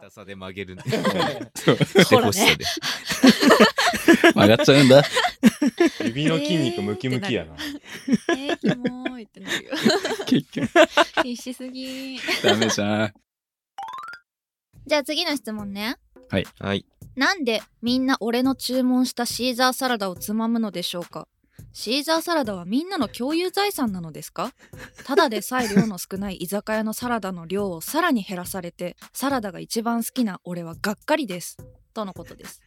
硬さで曲げる、ね、そうしてほし さで。曲がっちゃうんだ。指の筋肉ムキムキやな。えー、キモーいって なるよ。結局、必死すぎー。ダメじゃん。じゃあ次の質問ね。はい。なんでみんな俺の注文したシーザーサラダをつまむのでしょうかシーザーサラダはみんなの共有財産なのですかただでさえ量の少ない居酒屋のサラダの量をさらに減らされてサラダが一番好きな俺はがっかりですとのことです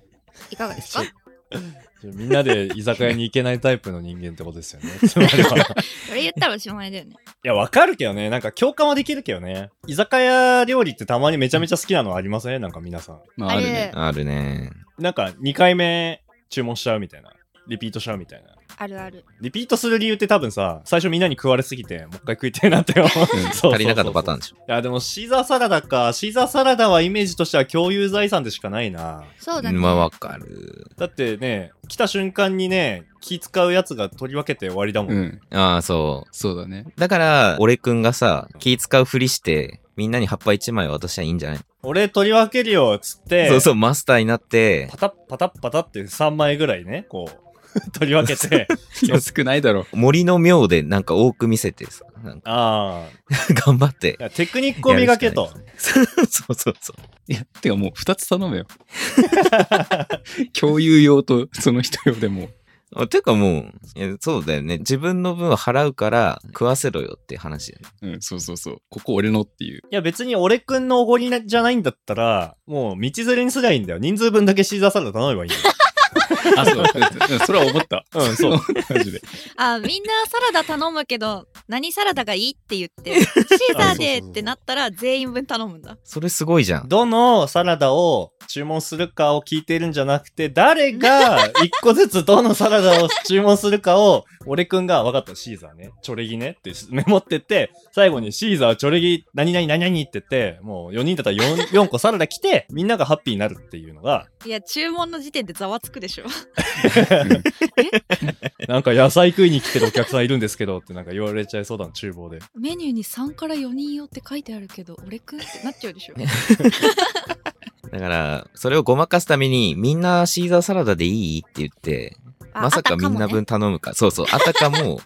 いかがですか じゃあみんなで居酒屋に行けないタイプの人間ってことですよね。つまりは。それ言ったらおしまいだよねいや、わかるけどね。なんか共感はできるけどね。居酒屋料理ってたまにめちゃめちゃ好きなのありませんなんか皆さん。まあ、あるね。あるね。なんか2回目注文しちゃうみたいな。リピートしちゃうみたいな。あるあるリピートする理由って多分さ、最初みんなに食われすぎて、もう一回食いたいなって思う。う そんうそうそう足りなかったパターンでしょ。いや、でもシーザーサラダか。シーザーサラダはイメージとしては共有財産でしかないな。そうだね、まあ、わかる。だってね、来た瞬間にね、気使うやつが取り分けて終わりだもん。うん。ああ、そそうだね。う。だから、俺くんがさ、気使うふりして、みんなに葉っぱ1枚渡したらいいんじゃない、俺取り分けるよ、つって。そうそう、マスターになってパ、タッパタッパタって3枚ぐらいね、こう、 取り分けて。少ないだろ。森の妙でなんか多く見せてさ、なんか ああ。頑張ってい。やテクニックを磨けと。そうそうそう。いや、てかもう2つ頼めよ。共有用とその人用でもう。あてかもういや、そうだよね。自分の分は払うから食わせろよって話だよね。うん、そうそうそう。ここ俺のっていう。いや別に俺くんのおごりなじゃないんだったら、もう道連れにすりゃいいんだよ。人数分だけシーザーサラダ頼めばいいんだよ。あ、そう。うんそれは思った。うんそう。マジで。あみんなサラダ頼むけど何サラダがいいって言っ てシーザーでってなったら全員分頼むんだそれすごいじゃん。どのサラダを注文するかを聞いてるんじゃなくて、誰が 一個ずつどのサラダを注文するかを、俺くんが、分かった、シーザーね、チョレギねってメモってって、最後にシーザー、チョレギ、何々何々って言って、もう4人だったら 4, 4個サラダ来て、みんながハッピーになるっていうのが、いや注文の時点でざわつくでしょなんか野菜食いに来てるお客さんいるんですけどってなんか言われちゃいそうだな、厨房で。メニューに3から4人用って書いてあるけど俺くんってなっちゃうでしょだから、それをごまかすために、みんなシーザーサラダでいいって言って、まさかみんな分頼むか。そうそう、あたかも、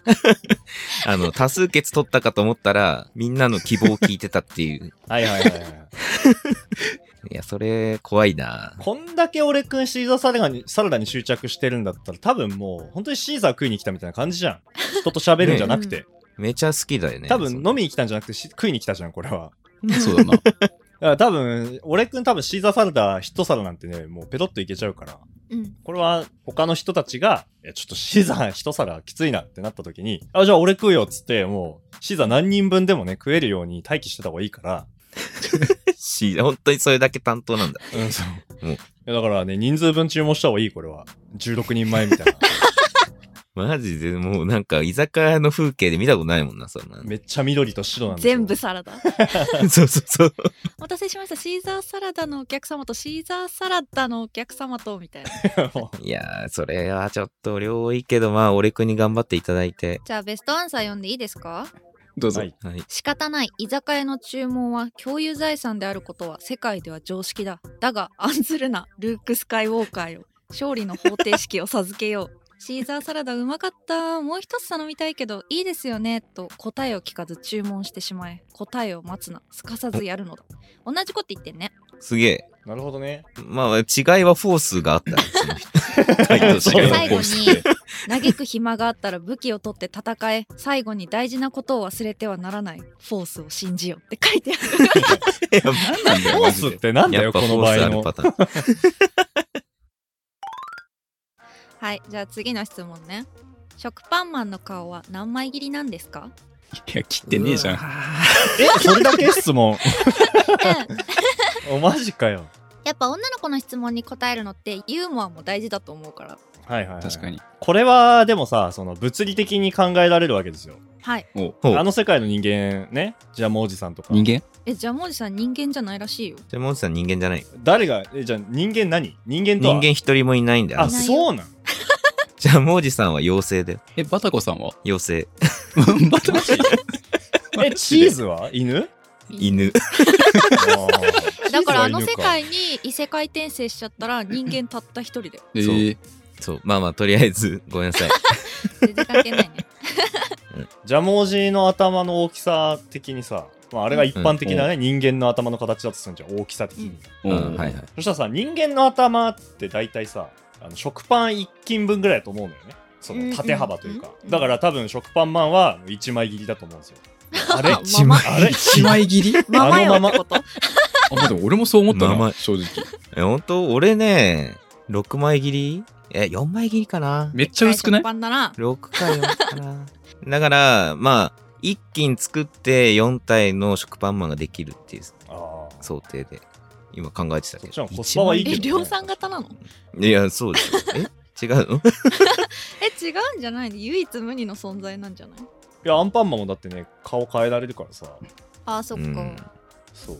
あの、多数決取ったかと思ったら、みんなの希望を聞いてたっていう。はいはいはい、はい。いや、それ、怖いな。こんだけ俺くんシーザーサラダにサラダに執着してるんだったら多分もう本当にシーザー食いに来たみたいな感じじ ゃん。人と喋るんじゃなくて。めちゃ好きだよね。多分飲みに来たんじゃなくてし食いに来たじゃん、これは。そうだな。だから多分、俺くん多分シーザーサラダ、ヒットサラなんてね、もうペロッといけちゃうから。うんこれは他の人たちが、いやちょっとシーザー一皿きついなってなった時に、あ、じゃあ俺食うよっつって、もう、シーザー何人分でもね、食えるように待機してた方がいいから。し、本当にそれだけ担当なんだ。うん、そういやだからね、人数分注文した方がいい、これは。16人前みたいな。マジで、もうなんか、居酒屋の風景で見たことないもんな、そんなの。めっちゃ緑と白なんですよ 全部サラダ そうそうそう。お待たせしましたシーザーサラダのお客様とシーザーサラダのお客様とみたいなもいやー、それはちょっと、量多いけど、まあ、俺くんに頑張っていただいて。じゃあベストアンサー読んでいいですかどううぞ。はいはい。仕方ない居酒屋の注文は共有財産であることは世界では常識だだが案ずるなルーク・スカイウォーカーよ勝利の方程式を授けようシーザーサラダうまかったもう一つ頼みたいけどいいですよねと答えを聞かず注文してしまえ答えを待つなすかさずやるのだ同じこと言ってんねすげえ。なるほどね。まあ、違いはフォースがあったねその人回答者そうがだ最後に嘆く暇があったら武器を取って戦え最後に大事なことを忘れてはならないフォースを信じようって書いてある何なんフだよ、ォーマジスっで。てなんだやよ、っぱこフォの場ースあ合るの。パターン。はいじゃあ次の質問ね食パンマンの顔は何枚切りなんですかいや、切ってねえじゃ。うんわえ、それだけ質問。 うんお、マジかよ。 やっぱ女の子の質問に答えるのってユーモアも大事だと思うからはいはい、はい。確か。に。これは、でもさ、その物理的に考えられるわけですよ。はいおほうあの世界の人間ね、ジャムおじさんとか。人間えジャムおじさん人間じゃないらしいよでも、モンさん人間じゃない。誰が、え、じゃあ人間何人間と人は間一人もいないんだよあ、。そうなん じゃあ、モージさんは妖精だよ。え、バタコさんは妖精。バタコさん え、チーズは犬犬。だからあの世界に異世界転生しちゃったら人間たった一人で えそうー、そう、まあまあ、とりあえず、ごめんなさい。全然関係ないねジャムおじの頭の大きさ的にさ、まあ、あれが一般的なね、人間の頭の形だとするんじゃん大きさ的に、うんうん、はいはい。そしたらさ人間の頭って大体さあの食パン1斤分ぐらいだと思うのよねその縦幅というか、うんうんうんだから多分食パンマンは1枚切りだと思うん ですよあれ一枚あれ 一枚切りあ、ままよあのままってことまあでも俺もそう思ったまあまな、あ正直。え、本当俺ね、6枚切りえ、4枚切りかなめっちゃ薄くない食パンだな6か4かな。 だから、まあ、一斤作って4体の食パンマンができるっていうあー想定で、今考えてたけど。そっちの方がコスパはいいけえど量産型なの一枚いや、そうですよ。え違うのえ違うんじゃないの唯一無二の存在なんじゃないいやアンパンマンもだってね顔変えられるからさあーそっか、うんそう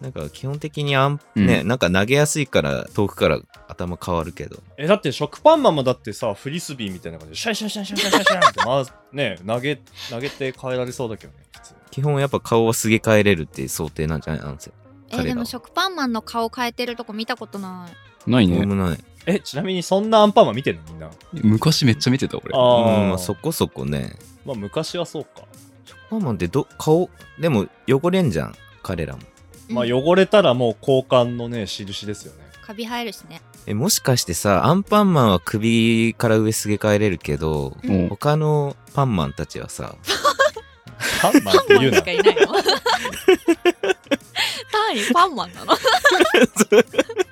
なんか基本的にあん、うんね、なんか投げやすいから遠くから頭変わるけど。えだって食パンマンもだってさフリスビーみたいな感じでシャンシャンシャンシャンシャンシャンシャンって回すね投げ投げて変えられそうだけどね普通基本やっぱ顔はすげ替えれるっていう想定なんじゃないなんですよ。え彼でらもは食パンマンの顔変えてるとこ見たことないない俺ね。もない。えちなみにそんなアンパンマン見てるのみんな昔めっちゃ見てた、俺。うん、まああそそこそこね。まあ昔はそうか食パンマンってど、顔、でも汚れんじゃん。彼らも。まあうん汚れたらもう交換のね印ですよ ねカビ生えるしねえ、もしかしてさ、アンパンマンは首から上すげ替えれるけど、うんうん他のパンマンたちはさ、パンマンってパンマ言うンなしかいないの 単位パンマンなの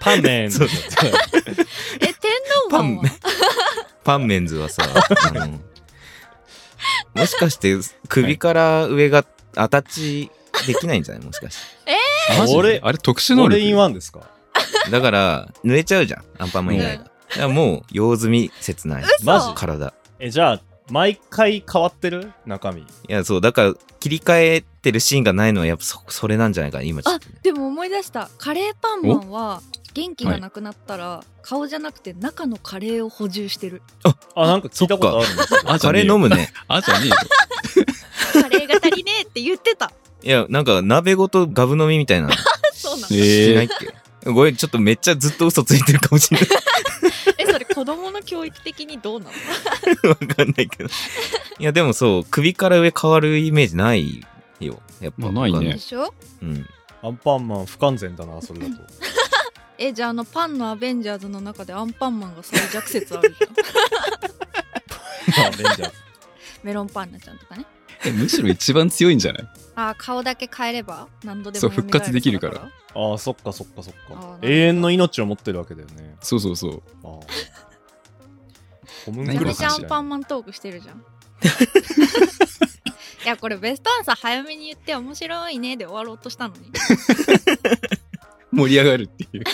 パンメンそうえ天皇マンはパ パンメンズはさ、あの、もしかして首から上がアタッチできないんじゃないもしかして。マジで俺あれ特殊オ能レイン力ワンですかだから、濡れちゃうじゃん。アンパンマン以外が。だからもう、用済み切ない。マジ嘘体。えじゃあ毎回変わってる中身いや、そう、だから、切り替えてるシーンがないのは、やっぱそ、それなんじゃないかな、今ちょっとね。でも思い出したカレーパンマンは元気がなくなったら、顔じゃなくて中のカレーを補充してるあなんか聞いたことあるんですよあじゃカねレえーよ飲むね。あじゃねえよ。カレーが足りねえって言ってた いや、なんか、鍋ごとガブ飲みみたいなのそうなんだえしないえっけごめん、ちょっとめっちゃずっと嘘ついてるかもしれない。それ子供の教育的にどうな のわかんないけど。いや、でもそう、首から上変わるイメージないよ。やっぱ。まあないねでしょ他の。うん。アンパンマン不完全だなそれだ とえじゃああのパンのアベンジャーズの中でアンパンマンが最弱説あるじゃんまあレンジャーズメロンパンナちゃんとかねーむしろ一番強いんじゃないあー顔だけ変えれば何度でもそう復活できるから蘇るああそっかそっかそっあーなるほかど永遠の命を持ってるわけだよねそうそうそう。あー小麦めちゃ何めちゃアンパンンマントークしてる じゃんいやこれベストアンサー早めに言って面白いねで終わろうとしたのに盛り上がるっていう。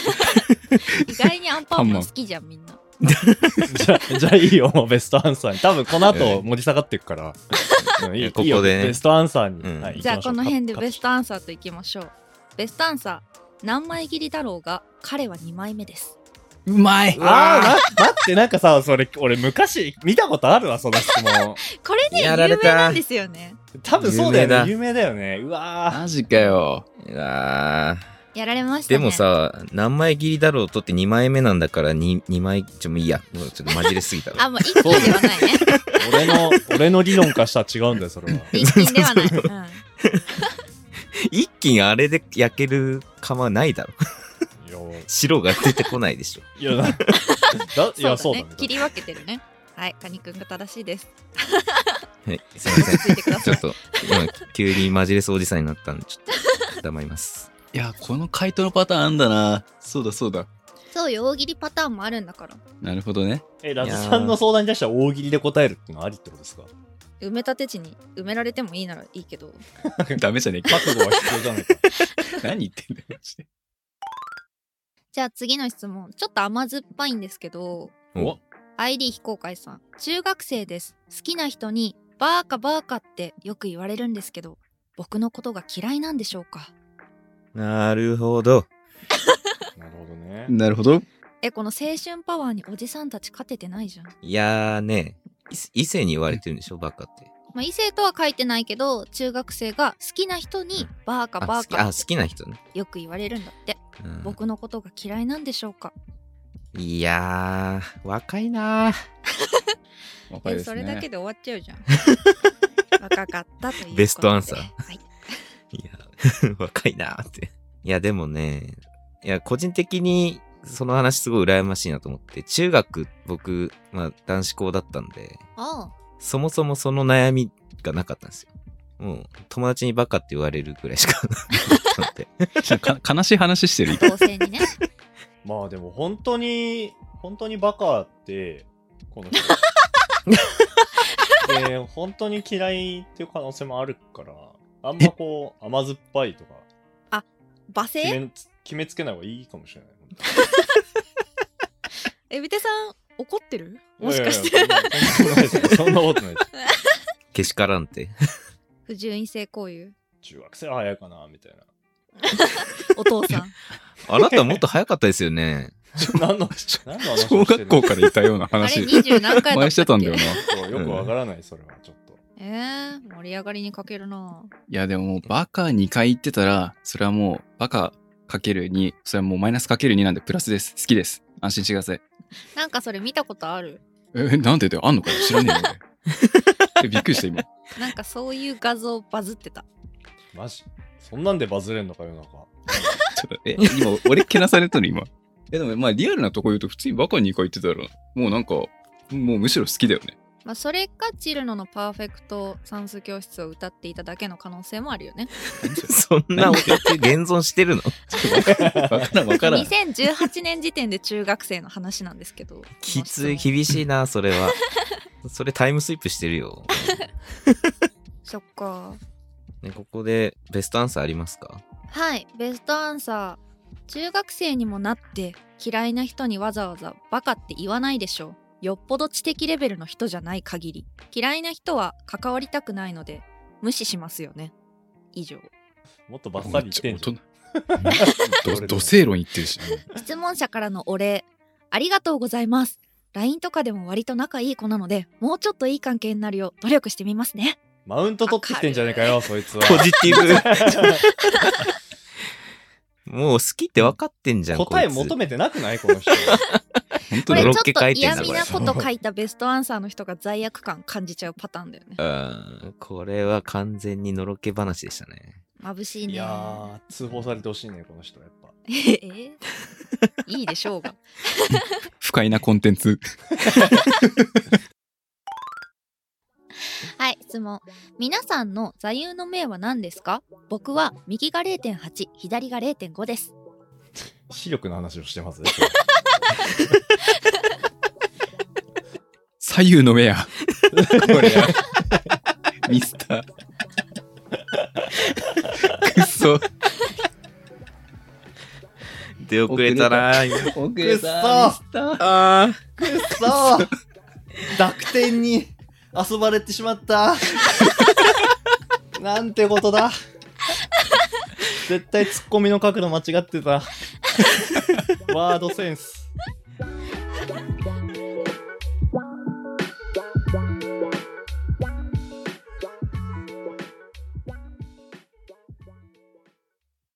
意外にアンパンマン好きじゃんみんな じゃじゃあいいよもうベストアンサーに多分この後盛り下がっていくから、うんいい いやここいいよでねベストアンサーに、うんはい行きじゃあましょこうの辺でベスかトアンサーといきましょうベストアンサー何枚切りだろうが彼は2枚目ですうまいああ待ってなんかさそれ俺昔見たことあるわその質問これねやら有れ名たなんですよね多分そうだよね有有名だよねうわマジかよ。いやーやられましたねでもさ、何枚切りだろうとって2枚目なんだから 2, 2枚、ちょ、もういいや。もうちょっと混じれすぎたわあもう一気ではない ねー俺の俺の理論化したら違うんだよそれは一気ではない、うん一気にあれで焼ける釜はないだろ。いや白が出てこないでしょ。いやなだいやそそううだだねね切り分けてるねはいカニくんが正しい ですはい、すいません。ついてくだちさょい っと、今、急に混じれそうおじさんになったんで、ちょっと、黙ります。いや、この回答のパターンあんだな。そうだそうだ。そうよ大喜利パターンもあるんだからなるほどね。えラズさんの相談に対しては大喜利で答えるってのはありってことですか埋め立て地に埋められてもいいならいいけどダメじゃねえか。覚悟は必要じゃないか何言ってんだよ、マジで。じゃあ次の質問ちょっと甘酸っぱいんですけどお ID 非公開さん中学生です好きな人にバーカバーカってよく言われるんですけど僕のことが嫌いなんでしょうかなるほど。なるほどねなるほど。えこの青春パワーにおじさんたち勝ててないじゃんいやーね、い異性に言われてるんでしょ、バカって。まあ、異性とは書いてないけど中学生が好きな人に「バーカあ好バーきあカ好きな人ね、」よく言われるんだってうん僕のことが嫌いなんでしょうかいやー若いなー若いですね。それだけで終わっちゃうじ ゃん若かったということでベストアンサーはい、いや、 若いなーって。いや、でもね、いや、個人的にその話すごい羨ましいなと思って、中学、僕、まあ、男子校だったんで、あそもそもその悩みがなかったんですよ。もう、友達にバカって言われるぐらいしかなかったんで。 か悲しい話してる。あ同性にねまあでも本当に、本当にバカって、こ の人。で、本当に嫌いっていう可能性もあるから、あんまこう、甘酸っぱいとか、 罵決声めつ決めつけない方がいいかもしれない。エビテさん怒ってるもしかしていやいやそんな ことないです。そんなことないです。けしからんって。不純異性交友中学生は早いかな、みたいな。お父さんあなたもっと早かったですよ ね。ちょ何の、何の話をしてる小学校からいたようなあれ話。二十何回だったっけ前してたんだよな。いそうよくわからない、それはちょっと。えー、盛り上がりに欠けるなや、でももうバカ2回言ってたら、それはもうバカかける2、それはもうマイナスかける2なんでプラスです。好きです。安心してください。なんかそれ見たことあるえ、なんでだよ。あんのかよ知らねえよ 俺。えびっくりした今。なんかそういう画像バズってたマジそんなんでバズれんのか、世の中。ちょっとえ、今、俺けなされたの今。 え、でもまあリアルなとこ言うと、普通にバカ2回言ってたら、もうなんか、もうむしろ好きだよね。 まあ、それかチルノの「パーフェクト算数教室」を歌っていただけの可能性もあるよね。そんなお手現存してるのわからんわからん。 2018年時点で中学生の話なんですけど。きつい、この質問厳しいな、それは。それタイムスリップしてるよ。そっか。ね、ここでベストアンサーありますかはい、ベストアンサー。中学生にもなって嫌いな人にわざわざバカって言わないでしょう。よっぽど知的レベルの人じゃない限り。嫌いな人は関わりたくないので無視しますよね。以上。もっと バッサリ言ってんじゃん。大人ど土星論言ってるし。質問者からのお礼ありがとうございます LINE とかでも割と仲いい子なのでもうちょっといい関係になるよう努力してみますねマウント取ってきてんじゃねえかよ、そいつは。ポジティブ。 もう好きって分かってんじゃん。答えこいつ求めてなくないこの人。本当これちょだロっッケと書いてん嫌な味なこと書いたベストアンサーの人が罪悪感感じちゃうパターンだよねうんこれは完全にのろけ話でしたね。眩しいねいやー、通報されてほしいね、この人、やっぱ。えー いいでしょうが不快なコンテンツ。はい質問皆さんの座右の銘は何ですか僕は右が0.8左が0.5です視力の話をしてますね。左右の目ア。これや。 ミスター。くっそ。出遅れたなー遅れたミスター。あくっそー濁点に遊ばれてしまった。 なんてことだ。絶対ツッコミの角度間違ってた。ワードセンス。